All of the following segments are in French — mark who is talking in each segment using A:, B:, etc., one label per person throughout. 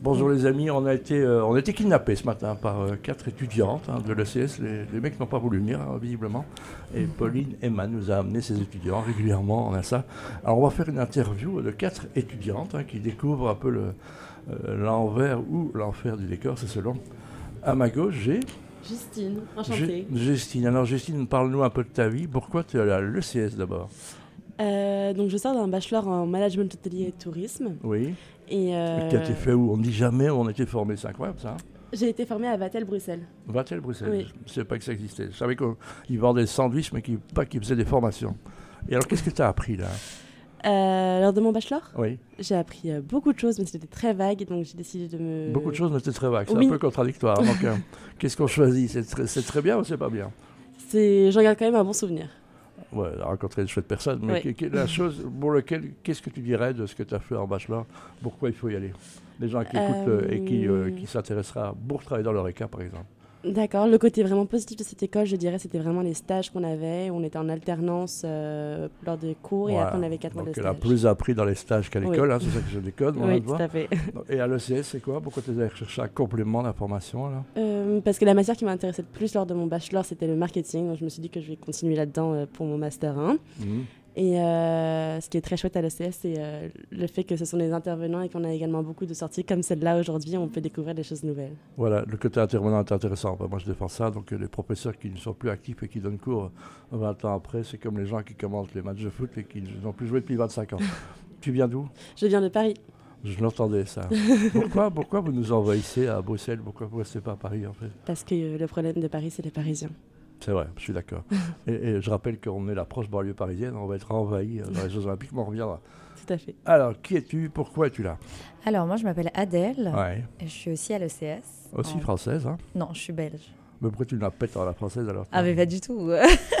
A: Bonjour les amis, on a été, euh, on a été kidnappés ce matin par euh, quatre étudiantes hein, de l'ECS. Les, les mecs n'ont pas voulu venir, hein, visiblement. Et
B: Mhm.
A: Pauline Emma nous a amené ses étudiants régulièrement, on a ça. Alors on va faire une interview de quatre étudiantes hein, qui découvrent un peu le, euh, l'envers ou l'enfer du décor, c'est selon. À ma gauche, j'ai
B: Justine,
A: j'ai-
B: enchantée.
A: Justine. Alors Justine, parle-nous un peu de ta vie. Pourquoi tu es à l'ECS d'abord
B: Euh, donc je sors d'un bachelor en management hôtelier et tourisme
A: Oui.
B: et euh,
A: Qui a été fait où On ne dit jamais où on a été formé. C'est incroyable ça. hein.
B: j'ai été formée à Vatel Bruxelles.
A: Vatel Bruxelles.
B: Oui.
A: Je ne savais pas que ça existait. Je savais qu'ils vendaient des sandwichs, mais qu'ils- pas qu'ils faisaient des formations. Et alors, qu'est-ce que tu as appris là
B: Euh, lors de mon bachelor,
A: Oui.
B: j'ai appris euh, beaucoup de choses, mais c'était très vague, donc j'ai décidé de me
A: Euh, Beaucoup de choses, mais c'est très vague. C'est
B: oui.
A: un peu contradictoire. Donc, euh, qu'est-ce qu'on choisit C'est très, c'est très bien ou c'est pas bien
B: C'est, je garde quand même un bon souvenir.
A: Ouais, rencontrer de chouettes personnes. Mais
B: Oui.
A: que- que- la chose pour laquelle, qu'est-ce que tu dirais de ce que tu as fait en bachelor Pourquoi il faut y aller Les gens qui écoutent euh, et qui, euh,
B: Euh,
A: qui s'intéressera pour travailler dans l'ORECA, par exemple.
B: D'accord. Le côté vraiment positif de cette école, je dirais, c'était vraiment les stages qu'on avait. On était en alternance euh, lors des cours et
A: Voilà.
B: après on avait quatre mois
A: Donc,
B: de
A: elle a
B: stage.
A: plus appris dans les stages qu'à
B: Oui.
A: l'école, hein, c'est ça que je décode. mon
B: Oui,
A: advoi.
B: tout à fait.
A: Et à l'ECS, c'est quoi Pourquoi tu as cherché un complément d'information là
B: Euh, parce que la matière qui m'intéressait le plus lors de mon bachelor, c'était le marketing. Donc je me suis dit que je vais continuer là-dedans euh, pour mon master 1.
A: Mhm.
B: Et euh, ce qui est très chouette à l'ECS, c'est euh, le fait que ce sont des intervenants et qu'on a également beaucoup de sorties comme celle-là aujourd'hui. On peut découvrir des choses nouvelles.
A: Voilà, le côté intervenant est intéressant. Enfin, moi, je défends ça. Donc, euh, les professeurs qui ne sont plus actifs et qui donnent cours 20 ans après, c'est comme les gens qui commencent les matchs de foot et qui n'ont plus joué depuis 25 ans. tu viens d'où
B: Je viens de Paris.
A: Je l'entendais ça. Pourquoi, pourquoi vous nous envahissez à Bruxelles Pourquoi vous ne restez pas à Paris en fait
B: Parce que euh, le problème de Paris, c'est les Parisiens.
A: C'est vrai, je suis d'accord. Et, et je rappelle qu'on est la proche banlieue parisienne, on va être envahi euh, dans les Jeux Olympiques, mais on reviendra.
B: Tout à fait.
A: Alors, qui es-tu Pourquoi es-tu là
C: Alors, moi, je m'appelle Adèle.
A: Ouais,
C: et Je suis aussi à l'ECS.
A: aussi
C: En-
A: française. Hein
C: Non, je suis belge.
A: mais pourquoi tu nous la pètes à la française alors
C: Ah, mais pas du tout.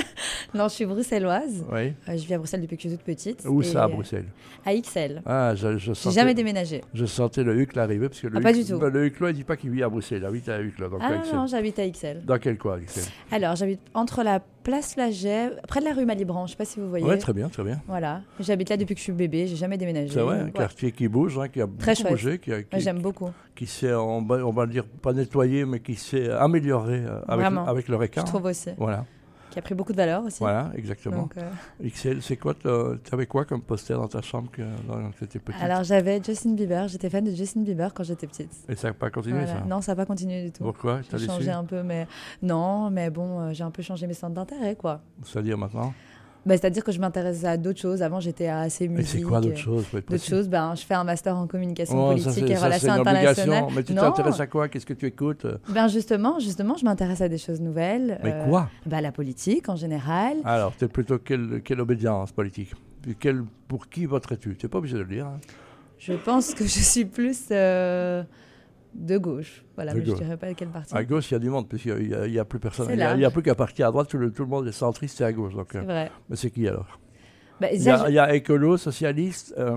C: non, je suis bruxelloise.
A: Oui.
C: Euh, Je vis à Bruxelles depuis que je suis toute petite.
A: Où
C: Et,
A: ça, à
C: euh,
A: Bruxelles
C: À XL.
A: Ah, je, je
C: J'ai
A: sentais,
C: jamais déménagé.
A: je sentais le Huc arriver, parce que le
C: Ah, pas
A: Huc-
C: du tout.
A: bah, le Huclois, il dit pas qu'il vit à Bruxelles, il habite à Huclois. Donc,
C: Ah
A: Axel.
C: non, non, j'habite à XL.
A: Dans quel coin, Axel
C: Alors, j'habite entre la place Laget, près de la rue Malibran, je sais pas si vous voyez.
A: Oui, très bien, très bien.
C: Voilà. J'habite là depuis que je suis bébé, j'ai jamais déménagé.
A: C'est vrai, un
C: Ouais.
A: quartier qui bouge, hein, qui a beaucoup
C: chouette.
A: bougé, qui, a-
C: Ouais,
A: qui,
C: J'aime beaucoup.
A: qui s'est, on va, on va le dire, pas nettoyé, mais qui s'est amélioré euh, avec,
C: Vraiment.
A: avec le
C: Je
A: récap.
C: trouve aussi.
A: Voilà,
C: Qui a pris beaucoup de valeur aussi.
A: voilà, exactement.
C: Donc, euh,
A: Axel, c'est quoi, tu avais quoi comme poster dans ta chambre que, quand tu étais petite
C: Alors, j'avais Justin Bieber, j'étais fan de Justin Bieber quand j'étais petite.
A: Et ça n'a pas continué,
C: Voilà.
A: ça
C: Non, ça n'a pas continué du tout.
A: Pourquoi T'as
C: J'ai
A: déçu
C: changé un peu, mais non, mais bon, euh, j'ai un peu changé mes centres d'intérêt, quoi.
A: C'est-à-dire maintenant
C: Bah, C'est-à-dire que je m'intéresse à d'autres choses. Avant, j'étais à assez
A: Et c'est
C: musique.
A: quoi d'autres
C: euh,
A: choses faut être
C: D'autres
A: précis.
C: choses, ben, je fais un master en communication
A: Oh, ça,
C: politique
A: c'est-
C: et
A: ça, c'est
C: relations
A: une
C: internationales.
A: obligation. Mais tu
C: Non,
A: t'intéresses à quoi Qu'est-ce que tu écoutes
C: ben justement, justement, je m'intéresse à des choses nouvelles.
A: Mais
C: euh,
A: quoi
C: ben, La politique en général.
A: Alors, tu es plutôt quelle, quelle obédience politique Puis quel- Pour qui voterais-tu Tu n'es pas obligé de le dire. hein.
C: Je pense que je suis plus euh, de gauche. Voilà,
A: De
C: mais
A: gauche.
C: je dirais pas quel parti.
A: À gauche, il y a du monde, puisqu'il n'y a, il y a plus personne.
C: C'est
A: Il n'y a,
C: large.
A: il y a plus qu'à partir à droite, tout le, tout le monde est centriste et à gauche. Donc, euh,
C: C'est vrai.
A: mais c'est qui alors
C: Ben,
A: Il y,
C: ça,
A: a-
C: je-
A: il y a écolo, socialiste, euh,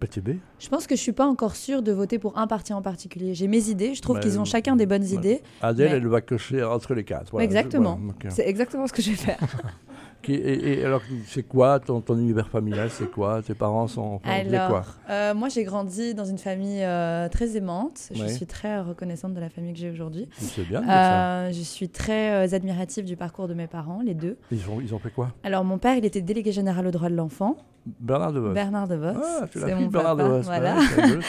A: PTB.
C: je, pense que je suis pas encore sûre de voter pour un parti en particulier. J'ai mes idées. Je trouve
A: Mais-
C: qu'ils ont chacun des bonnes
A: Bah, euh, Ouais.
C: idées.
A: Adèle,
C: Mais-
A: elle va cocher entre les quatre. Voilà, je-
C: Exactement.
A: voilà, donc, euh,
C: C'est exactement ce que je vais faire.
A: qui- et, et alors, c'est quoi ton, ton univers familial C'est quoi Tes parents sont. faisaient quoi
C: Alors, euh, moi j'ai grandi dans une famille euh, très aimante. Je
A: Ouais. Ah,
C: suis très reconnaissante de la famille que j'ai aujourd'hui.
A: C'est bien de dire ça.
C: Euh, je suis très euh, admirative du parcours de mes parents, les deux.
A: Ils ont, ils ont fait quoi
C: Alors mon père, il était délégué général aux droits de l'enfant,
A: Bernard de Vos.
C: Bernard de Vos.
A: Ah, tu l'as
C: C'est
A: pris,
C: mon
A: Bernard
C: papa,
A: de Vos.
C: voilà.
A: ouais, c'est joli.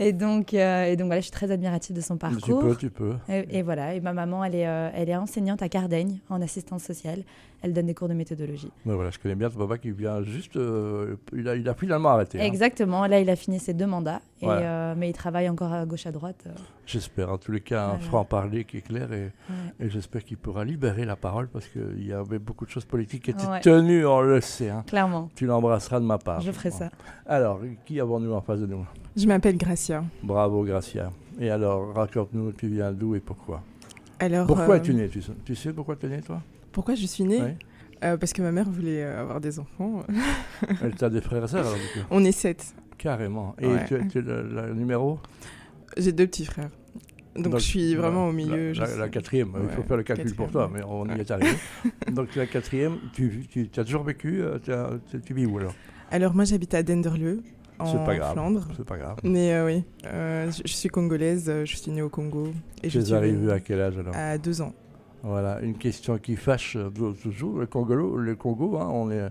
C: Et donc, euh, et donc voilà, je suis très admirative de son
A: tu
C: parcours.
A: peux, tu peux.
C: Et, et voilà, et ma maman, elle est, euh, elle est enseignante à Cardaigne en assistance sociale. Elle donne des cours de méthodologie.
A: Ben voilà, je connais bien ton papa qui vient juste. euh, il, a, il a finalement arrêté. hein.
C: Exactement. Là, il a fini ses deux mandats, et,
A: Ouais.
C: euh, mais il travaille encore à gauche à droite. euh,
A: J'espère, en tous les cas, un
C: Voilà.
A: franc-parler qui est clair et,
C: Ouais.
A: et j'espère qu'il pourra libérer la parole parce qu'il y avait beaucoup de choses politiques qui étaient
C: Ouais.
A: tenues, on le sait. hein.
C: clairement,
A: Tu l'embrasseras de ma part.
C: je ferai ça.
A: Alors, qui avons-nous en face de nous
D: Je m'appelle Gracia.
A: Bravo, Gracia. Et alors, raconte-nous, tu viens d'où et pourquoi
D: Alors,
A: Pourquoi
D: euh,
A: es-tu née tu sais, tu sais pourquoi tu es née, toi
D: Pourquoi je suis née
A: Ouais.
D: Euh, Parce que ma mère voulait euh, avoir des enfants.
A: Elle t'a des frères et sœurs, alors, du coup
D: On est sept.
A: Carrément. Et
D: Ouais.
A: tu, tu es le- le numéro
D: J'ai deux petits frères. Donc,
A: Donc,
D: je suis
A: Voilà,
D: vraiment au milieu.
A: La,
D: je
A: la-
D: sais.
A: la quatrième, il faut
D: Ouais,
A: faire le calcul pour toi, mais
D: quatrième,
A: on y
D: ouais.
A: est arrivé. Donc la quatrième, tu, tu as toujours vécu, euh, t'as- tu, tu vis où alors
D: Alors moi j'habite à Denderleu. en
A: C'est pas grave.
D: Flandre.
A: C'est pas grave.
D: Mais euh, oui, euh, je, je suis congolaise, euh, je suis née au Congo. Et
A: Tu
D: je
A: les
D: suis
A: avais vus
D: venue
A: à quel âge alors
D: à deux ans.
A: Voilà, une question qui fâche euh, toujours le Congo, le Congo hein, on est,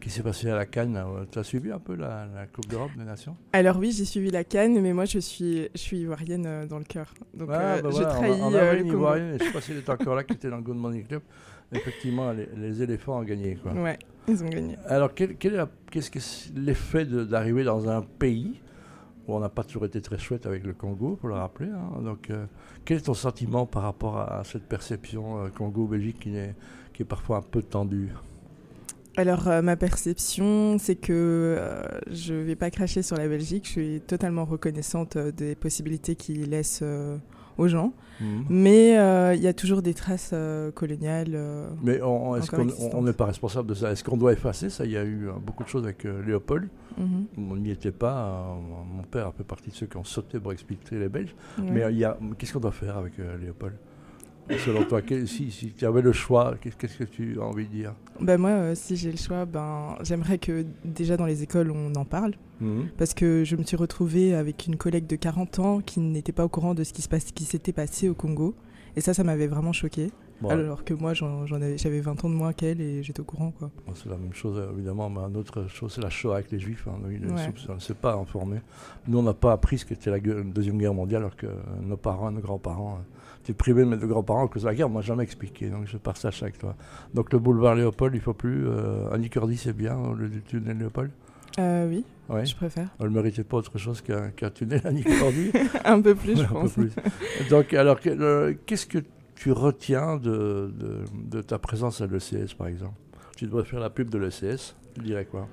A: qui s'est passé à la Cannes. Tu as suivi un peu la, la Coupe d'Europe des Nations
D: Alors oui, j'ai suivi la Cannes, mais moi je suis, je suis ivoirienne euh, dans le cœur. Donc
A: Ah,
D: euh,
A: bah
D: j'ai
A: voilà, on a-
D: trahi
A: on
D: euh,
A: avait
D: le
A: une
D: Congo.
A: Ivoirienne, et je sais pas si elle est encore là, qui était dans le Good Morning Club. Effectivement, les, les éléphants ont gagné. Quoi.
D: Ouais, ils ont gagné.
A: Alors, quel, quel est la- qu'est-ce que c'est l'effet de- d'arriver dans un pays où on n'a pas toujours été très chouette avec le Congo, pour le rappeler hein. Donc, euh, quel est ton sentiment par rapport à, à cette perception euh, Congo-Belgique qui, n'est- qui est parfois un peu tendue
D: Alors euh, ma perception, c'est que euh, je vais pas cracher sur la Belgique. Je suis totalement reconnaissante euh, des possibilités qu'ils laissent euh, aux gens.
A: Mhm.
D: Mais euh, il y a toujours des traces euh, coloniales. euh.
A: Mais on- est-ce
D: Encore
A: qu'on
D: existante.
A: on- on n'est pas responsable de ça Est-ce qu'on doit effacer ça Il y a eu euh, beaucoup de choses avec euh, Léopold.
D: Mhm.
A: On n'y était pas. euh, mon père a fait partie de ceux qui ont sauté pour expliquer les Belges.
D: Ouais.
A: Mais euh, il y a- qu'est-ce qu'on doit faire avec euh, Léopold Selon toi, que- si, si tu avais le choix, qu'est- qu'est-ce que tu as envie de dire
D: Bah, moi, euh, si j'ai le choix, ben j'aimerais que déjà dans les écoles on en parle.
A: Mhm.
D: parce que je me suis retrouvée avec une collègue de 40 ans qui n'était pas au courant de ce qui se passe- qui s'était passé au Congo. Et ça, ça m'avait vraiment choquée.
A: Bon,
D: Alors que moi, j'en j'en avais- j'avais 20 ans de moins qu'elle et j'étais au courant, quoi.
A: bon, C'est la même chose, euh, évidemment. Mais une autre chose, c'est la Shoah avec les Juifs. hein. Nous, ils-
D: Ouais.
A: On ne s'est pas informé. Nous, on n'a pas appris ce qu'était la gueule- Deuxième Guerre mondiale, alors que euh, nos parents, nos grands-parents euh, étaient privés de mes deux grands-parents à cause de la guerre. On m'a jamais expliqué. Donc, je partage ça avec toi. Donc, le boulevard Léopold, il faut plus. Euh, Annie Cordy, c'est bien, au lieu du tunnel Léopold.
D: Euh, oui,
A: Ouais.
D: je préfère.
A: Elle ne méritait pas autre chose qu'un qu'un tunnel Annie Cordy.
D: Un peu plus, je
A: Un peu
D: pense.
A: plus. Donc, alors, que- le- qu'est-ce que tu retiens de, de- de ta présence à l'ECS, par exemple Tu devrais faire la pub de l'ECS, tu dirais quoi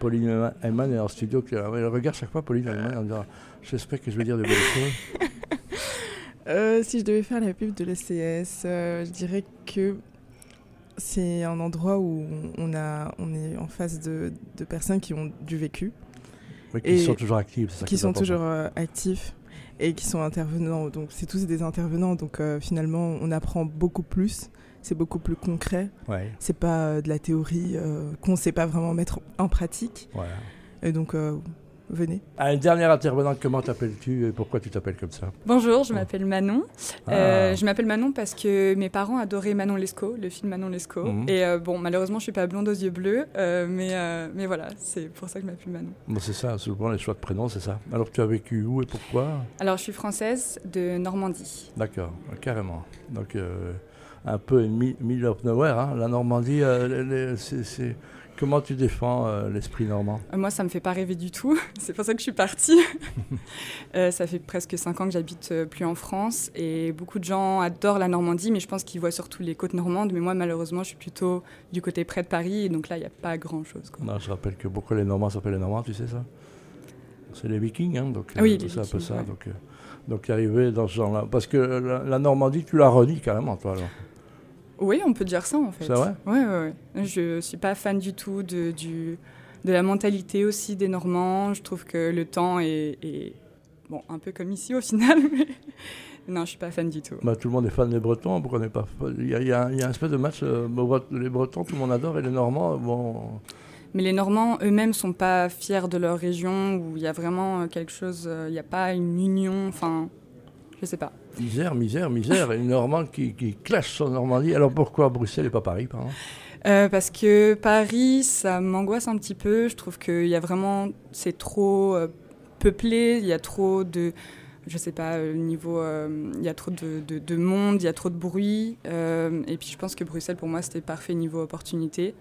A: Pauline Hellman- Hellman est en studio, qui- elle regarde chaque fois Pauline Hellman en disant J'espère que je vais dire des bonnes choses.
D: Euh, si je devais faire la pub de l'ECS, euh, je dirais que c'est un endroit où on, a, on est en face de, de personnes qui ont du vécu,
A: mais qui
D: Et
A: sont toujours actives, c'est ça
D: qui
A: qui est
D: sont
A: important.
D: toujours euh, actifs et qui sont intervenants. Donc c'est tous des intervenants. Donc euh, finalement, on apprend beaucoup plus. C'est beaucoup plus concret.
A: Ouais,
D: C'est pas euh, de la théorie euh, qu'on sait pas vraiment mettre en pratique.
A: voilà.
D: Et donc euh, venez.
A: Allez, dernière intervenante, comment t'appelles-tu et pourquoi tu t'appelles comme ça
E: Bonjour, je m'appelle Manon.
A: Ah.
E: Euh, je m'appelle Manon parce que mes parents adoraient Manon Lescaut, le film Manon Lescaut.
A: Mhm.
E: Et euh, bon, malheureusement, je suis pas blonde aux yeux bleus, euh, mais, euh, mais voilà, c'est pour ça que je m'appelle Manon.
A: Ah, Bon, C'est ça, souvent les choix de prénom, c'est ça. Alors, tu as vécu où et pourquoi
E: Alors, je suis française de Normandie.
A: D'accord, euh, carrément. Donc, euh, un peu mi- middle of nowhere, hein. la Normandie, euh, les- les- c'est- c'est- comment tu défends euh, l'esprit normand
E: Euh, Moi, ça me fait pas rêver du tout. C'est pour ça que je suis partie. Euh, ça fait presque cinq ans que j'habite euh, plus en France et beaucoup de gens adorent la Normandie, mais je pense qu'ils voient surtout les côtes normandes. Mais moi, malheureusement, je suis plutôt du côté près de Paris, et donc là, il n'y a pas grand chose. Quoi.
A: Non, Je rappelle que pourquoi les Normands s'appellent les Normands, tu sais ça C'est les Vikings, hein, donc
E: Ah oui, les
A: c'est un peu
E: Vikings,
A: ça.
E: ouais.
A: Donc, euh, donc t'es arrivé dans ce genre-là. Parce que euh, la, la Normandie, tu la renies carrément, toi, alors.
E: Oui, on peut dire ça en fait.
A: C'est vrai
E: Ouais, ouais, ouais. Je suis pas fan du tout de, du, de la mentalité aussi des Normands. Je trouve que le temps est, est- bon, un peu comme ici au final, mais non, je suis pas fan du tout.
A: Bah, tout le monde est fan des Bretons, pourquoi on n'est pas fan Il y a, il y a un- il y a un espèce de match, euh, bon, les Bretons, tout le monde adore, et les Normands, bon...
E: Mais les Normands eux-mêmes sont pas fiers de leur région où il y a vraiment euh, quelque chose, euh, il n'y a pas une union, enfin, je sais pas.
A: Misère, misère, misère, et les Normands qui, qui clashent sur Normandie. Alors pourquoi Bruxelles et pas Paris, par exemple
E: Euh, parce que Paris, ça m'angoisse un petit peu. Je trouve qu'il y a vraiment, c'est trop euh, peuplé, il y a trop de, je sais pas, euh, niveau, euh, il y a trop de, de- de monde, il y a trop de bruit. Euh, et puis je pense que Bruxelles, pour moi, c'était parfait niveau opportunité.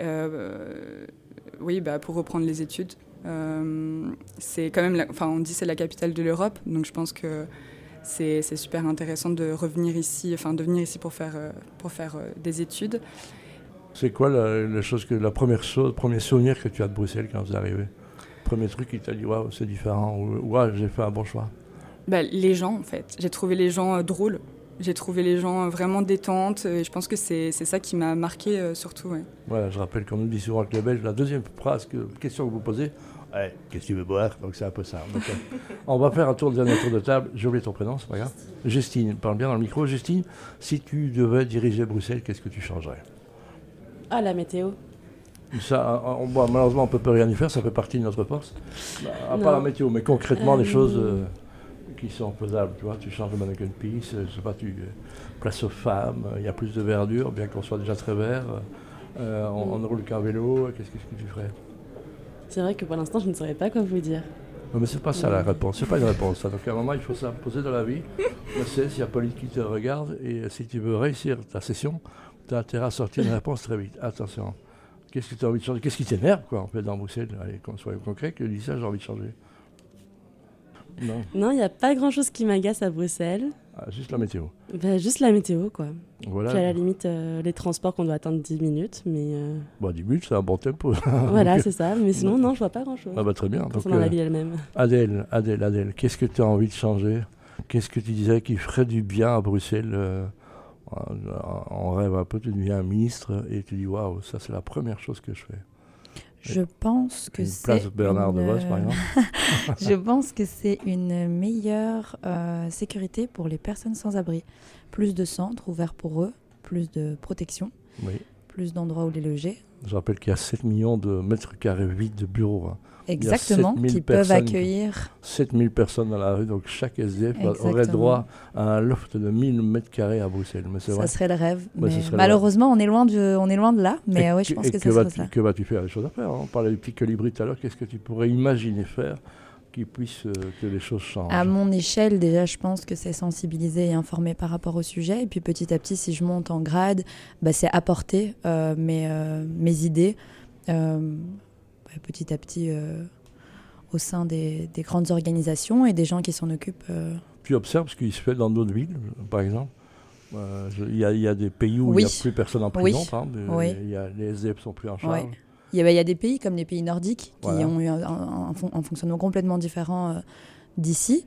E: Euh, oui, bah, pour reprendre les études, euh, c'est quand même, la- enfin, on dit c'est la capitale de l'Europe, donc je pense que c'est c'est super intéressant de revenir ici, enfin, de venir ici pour faire, euh, pour faire euh, des études.
A: C'est quoi la, la chose que, la première chose, le premier souvenir que tu as de Bruxelles quand vous arrivez Premier truc qui t'a dit waouh c'est différent ou waouh j'ai fait un bon choix.
E: Bah, les gens, en fait. J'ai trouvé les gens euh, drôles. J'ai trouvé les gens euh, vraiment détentes. euh, Et je pense que c'est c'est ça qui m'a marqué euh, surtout. ouais.
A: Voilà, je rappelle qu'on nous dit souvent que les Belges, la deuxième phrase que question que vous posez, Ouais, qu'est-ce que tu veux boire Donc c'est un peu ça. Donc, euh, on va faire un tour, dernier tour de table. J'ai oublié ton prénom, c'est pas grave. Justine, parle bien dans le micro. Justine, si tu devais diriger Bruxelles, qu'est-ce que tu changerais
B: Ah, la météo.
A: Ça, on- bon, malheureusement, on ne peut rien y faire, ça fait partie de notre force. Bah, à part
B: Non.
A: la météo, mais concrètement, les
B: Euh,
A: choses euh, qui sont faisables. Tu vois, tu changes de mannequin piece, euh, je sais pas, tu euh, places aux femmes, euh, il y a plus de verdure, bien qu'on soit déjà très vert. euh,
B: Mm.
A: on, on ne roule qu'un vélo, euh, qu'est-ce que qu'est-ce que tu ferais
B: C'est vrai que pour l'instant, je ne saurais pas quoi vous dire.
A: Non, mais c'est pas ça la réponse, c'est pas une réponse. ça. Donc à un moment, il faut s'imposer dans la vie. Mais c'est s'il y a Pauline qui te regarde et euh, si tu veux réussir ta session, tu as intérêt à sortir une réponse très vite. Attention. Qu'est-ce que tu as envie de changer Qu'est-ce qui t'énerve, quoi, en fait, dans Bruxelles Allez, qu'on soit concret, que je dis ça, j'ai envie de changer. Non,
B: Non, il n'y a pas grand-chose qui m'agace à Bruxelles.
A: Ah, juste la météo.
B: Bah, juste la météo, quoi. Puis à la
A: Voilà.
B: limite, euh, les transports qu'on doit attendre 10 minutes. Mais euh,
A: Bon, 10 minutes, c'est un bon tempo.
B: voilà, c'est ça. Mais sinon, non, je vois pas grand-chose.
A: Ah bah très bien. Donc,
B: Concernant la
A: euh,
B: ville elle-même.
A: Adèle, Adèle, Adèle, qu'est-ce que tu as envie de changer Qu'est-ce que tu disais qui ferait du bien à Bruxelles euh, on- On rêve un peu, tu deviens un ministre et tu dis waouh, ça c'est la première chose que je fais.
C: Je pense que
A: Une
C: c'est
A: place Bernard
C: une,
A: de Vos par
C: euh,
A: exemple.
C: Je pense que c'est une meilleure euh, sécurité pour les personnes sans abri. Plus de centres ouverts pour eux, plus de protection,
A: Oui.
C: plus d'endroits où les loger.
A: Je rappelle qu'il y a 7 millions de mètres carrés vides de bureaux. hein. y a
C: Exactement,
A: 7000
C: qui peuvent
A: personnes qui-
C: accueillir.
A: 7000 personnes dans la rue, donc chaque SDF aurait
C: Exactement.
A: droit à un loft de 1000 mètres carrés à Bruxelles. Mais c'est
C: Ça
A: vrai.
C: serait le rêve.
A: Ouais, ce
C: mais
A: serait le
C: malheureusement, on est loin de, on est loin de là. Mais
A: Et
C: euh, ouais, je pense
A: et
C: que, ça serait
A: vas-tu-
C: ça.
A: Que vas-tu faire des choses à faire hein On parlait du petit colibri tout à l'heure. Qu'est-ce que tu pourrais imaginer faire qui puisse euh, que les choses changent
C: À mon échelle, déjà, je pense que c'est sensibiliser et informer par rapport au sujet. Et puis petit à petit, si je monte en grade, bah, c'est apporter euh, mes, euh, mes idées euh, bah, petit à petit euh, au sein des, des grandes organisations et des gens qui s'en occupent. euh.
A: Tu observes ce qui se fait dans d'autres villes, par exemple Euh, je- Il y, a- il y a des pays où il n'y
C: Oui.
A: a plus personne en
C: Oui.
A: prison, par exemple,
C: Oui.
A: et il y a- les SDF sont pris en charge.
C: Ouais. Il, y a, bah, il y a des pays comme les pays nordiques qui
A: Voilà.
C: ont eu un, un- un fon- un fonctionnement complètement différent euh, d'ici.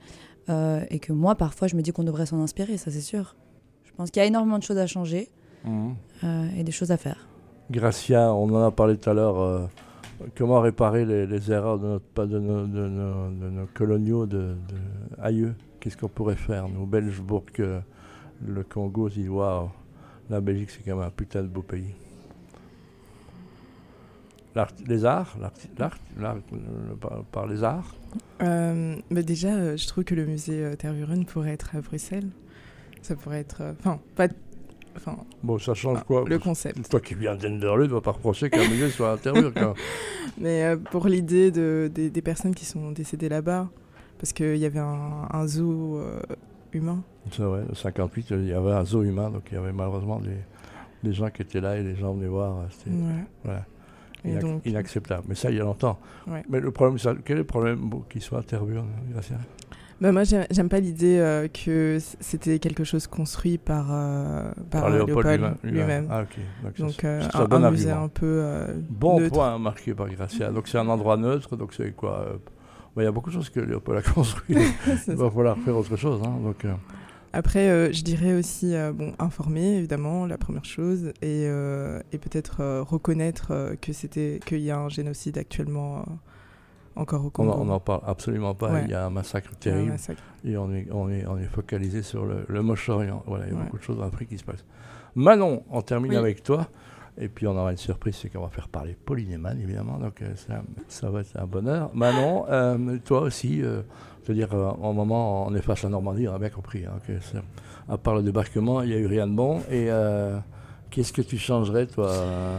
C: Euh, et que moi, parfois, je me dis qu'on devrait s'en inspirer, ça c'est sûr. Je pense qu'il y a énormément de choses à changer
A: Mhm.
C: euh, et des choses à faire.
A: Gracia, on en a parlé tout à l'heure. euh, comment réparer les, les erreurs de, notre, pas de, nos, de nos- de nos coloniaux de, de aïeux Qu'est-ce qu'on pourrait faire Nous, Belges, pour que le Congo se dit waouh, la Belgique, c'est quand même un putain de beau pays. L'art- les arts, l'art, l'art- l'art- le- par- par les arts.
D: Euh, bah déjà, euh, je trouve que le musée euh, Tervuren pourrait être à Bruxelles. Ça pourrait être. euh, Enfin, pas. Enfin,
A: Bon, ça change
D: ah,
A: quoi
D: le concept.
A: Toi qui viens d'Enderle, tu vas pas reprocher qu'un milieu soit intérieur. Quand...
D: Mais euh, pour l'idée de, des, des personnes qui sont décédées là-bas, parce qu'il y avait un, un zoo euh, humain.
A: C'est vrai, le 58, il y avait un zoo humain, donc il y avait malheureusement des, des gens qui étaient là et les gens venaient voir. euh, C'était
D: Ouais.
A: voilà,
D: Mm, Et
A: inac-
D: donc-
A: inacceptable. Mais ça, il y a longtemps.
D: Ouais.
A: Mais le problème, ça- quel est le problème bon, qu'il soit hein, interview Gracien
D: Bah moi, j'ai- j'aime pas l'idée euh, que c- c'était quelque chose construit par, euh, par, euh, Léopold lui-même.
A: Ah, ok. Donc, ça,
D: Donc,
A: c'est-
D: euh,
A: c'est
D: un,
A: bon
D: un musée
A: argument.
D: un peu. euh,
A: Bon
D: neutre.
A: point marqué par Gracia. Donc c'est un endroit neutre, donc c'est quoi euh, bah, Il y a beaucoup de choses que Léopold a construit. Il va falloir faire autre chose. hein, donc, euh,
D: Après, euh, je dirais aussi, euh, bon, informer, évidemment, la première chose, et, euh, et peut-être euh, reconnaître euh, que c'était qu'il y a un génocide actuellement euh, encore au
A: on
D: Congo.
A: en- on n'en parle absolument pas.
D: Ouais.
A: Il y a un massacre
D: Il y a un
A: terrible.
D: massacre.
A: Et on est, on est, on est focalisé sur le, le Moche-Orient. Voilà, il y a
D: Ouais.
A: beaucoup de choses en Afrique qui se passent. Manon, on termine
D: Oui.
A: avec toi. Et puis on aura une surprise, c'est qu'on va faire parler Pauline Eman, évidemment. Donc euh, ça, ça va être un bonheur. Manon, euh, toi aussi, euh, c'est-à-dire euh, en moment, on est face à Normandie, on a bien compris. hein, que c'est- à part le débarquement, il n'y a eu rien de bon. Et euh, qu'est-ce que tu changerais, toi,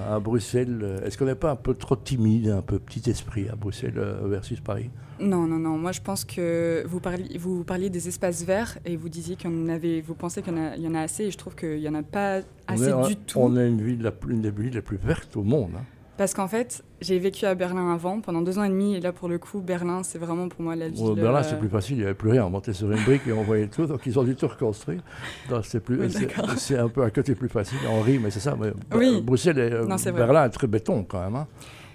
A: à Bruxelles euh, Est-ce qu'on n'est pas un peu trop timide, un peu petit esprit à Bruxelles euh, versus Paris
E: Non, non, non. Moi, je pense que vous parliez, vous parliez des espaces verts et vous disiez qu'il y en avait, vous pensez qu'il y, en a- il y en a assez et je trouve qu'il n'y en a pas assez
A: on est,
E: Ah, du tout.
A: On est une, ville la plus- une des villes les plus vertes au monde. hein.
E: Parce qu'en fait, j'ai vécu à Berlin avant pendant deux ans et demi et là, pour le coup, Berlin, c'est vraiment pour moi la ville.
A: Au Berlin,
E: euh,
A: c'est plus facile, il n'y avait plus rien. On montait sur une brique et on voyait tout, donc ils ont dû tout reconstruire. Donc, C'est plus-
E: Oui,
A: c'est-
E: d'accord.
A: c'est un peu à côté plus facile. On rit, mais c'est ça. Mais Br-
E: Oui.
A: Bruxelles et euh,
E: Non, c'est vrai.
A: Berlin est très béton quand même. hein.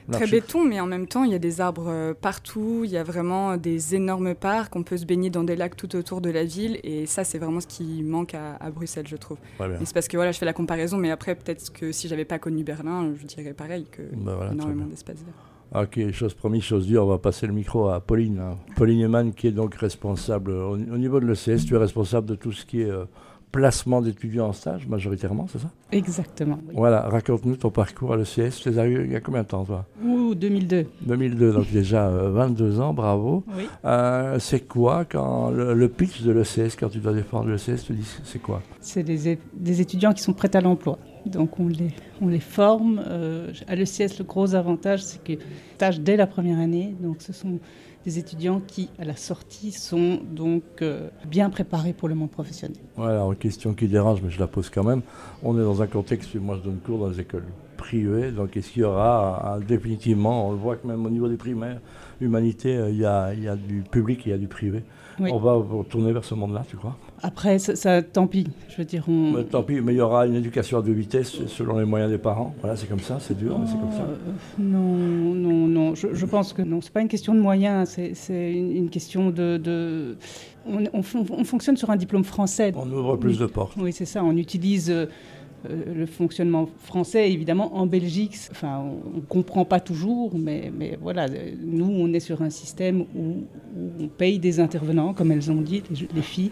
E: Très
A: L'archi-
E: béton, mais en même temps, il y a des arbres euh, partout, il y a vraiment des énormes parcs, on peut se baigner dans des lacs tout autour de la ville, et ça, c'est vraiment ce qui manque à, à Bruxelles, je trouve.
A: Très bien.
E: Et c'est parce que voilà, je fais la comparaison, mais après, peut-être que si j'avais pas connu Berlin, je dirais pareil, que
A: Bah voilà, très
E: énormément
A: bien.
E: d'espace vert.
A: Ah, Ok, chose promise, chose dure, on va passer le micro à Pauline. hein. Pauline Eman, qui est donc responsable euh, au, au niveau de l'ECS, tu es responsable de tout ce qui est euh, placement d'étudiants en stage, majoritairement, c'est ça
F: Exactement. oui.
A: Voilà, raconte-nous ton parcours à l'ECS. Tu es arrivé il y a combien de temps, toi
F: Ouh, 2002.
A: 2002, donc déjà euh, 22 ans, bravo.
F: Oui.
A: Euh, c'est quoi quand le, le pitch de l'ECS, quand tu dois défendre l'ECS, tu dis c'est quoi
F: C'est des, é- des étudiants qui sont prêts à l'emploi. Donc on les, on les forme. Euh, à l'ECS, le gros avantage, c'est que tâche dès la première année. Donc ce sont des étudiants qui, à la sortie, sont donc euh, bien préparés pour le monde professionnel.
A: Voilà, une question qui dérange, mais je la pose quand même. On est dans un contexte, moi je donne cours dans les écoles privées, donc est-ce qu'il y aura euh, définitivement, on le voit que même au niveau des primaires, humanité, euh, il y, a, il y a du public, il y a du privé.
F: Oui.
A: On va retourner vers ce monde-là, tu crois
F: Après, ça, ça- tant pis. Je veux dire, on...
A: Mais Tant pis, mais il y aura une éducation à deux vitesses selon les moyens des parents. Voilà, c'est comme ça, c'est dur, mais c'est comme ça.
F: Euh, Non, non, non. Je, je pense que non. C'est pas une question de moyens. hein. C'est, c'est une, une question de. de- On, on fon- on fonctionne sur un diplôme français.
A: On ouvre plus de portes.
F: Oh. Oui, c'est ça. On utilise euh, euh, le fonctionnement français, évidemment, en Belgique. c'est- Enfin, on ne comprend pas toujours, mais, mais voilà. euh, Nous, on est sur un système où, où on paye des intervenants, comme elles ont dit, les, les filles.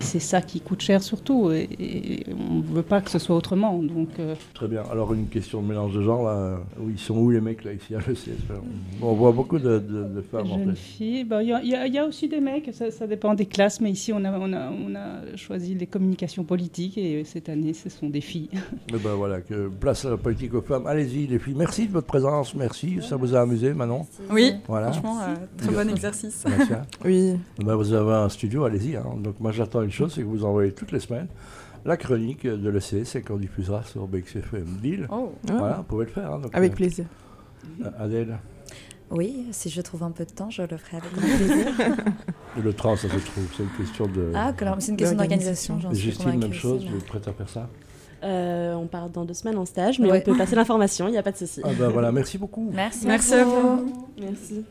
F: C'est ça qui coûte cher surtout, et, et on ne veut pas que ce soit autrement. Donc, euh,
A: Très bien. Alors, une question de mélange de genre, là. euh, Où ils sont où les mecs, là, ici, à l'ECS On voit beaucoup de, de- de femmes, en
F: Jeunes
A: fait.
F: filles, bah, il y, a- il y a- il y a aussi des mecs, ça, ça dépend des classes, mais ici on a, on, a, on a choisi les communications politiques et euh, cette année ce sont des filles.
A: Eh ben voilà, que place à la politique aux femmes. Allez-y, les filles. Merci de votre présence. Merci. Ça vous a amusé, Manon
E: Oui,
A: Voilà.
E: Mmh. franchement, euh, très
A: Merci.
E: bon exercice.
A: Marcia
D: Oui,
A: Ben, vous avez un studio, allez-y. hein. Donc, moi, j'attends une chose c'est que vous envoyez toutes les semaines la chronique de l'ECS et qu'on diffusera sur BXFM Lille.
E: Oh.
D: Ouais.
A: Voilà, vous pouvez le faire. hein. Donc,
D: Ah. avec
A: euh,
D: plaisir.
A: Adèle,
C: Oui, si je trouve un peu de temps, je le ferai avec grand plaisir.
A: le train, ça se trouve. C'est une question de.
C: ah, que- c'est une question
D: L'organisation.
C: d'organisation, j'en suis
A: Justine,
C: convaincue.
A: même chose.
C: aussi, hein.
A: Vous
C: mais-
A: êtes prête à faire ça
B: Euh, on part dans deux semaines en stage, mais
C: Ouais.
B: on peut passer l'information, il n'y a pas de souci.
A: Ah ben voilà, merci beaucoup.
C: Merci,
E: Merci à vous.
B: Merci.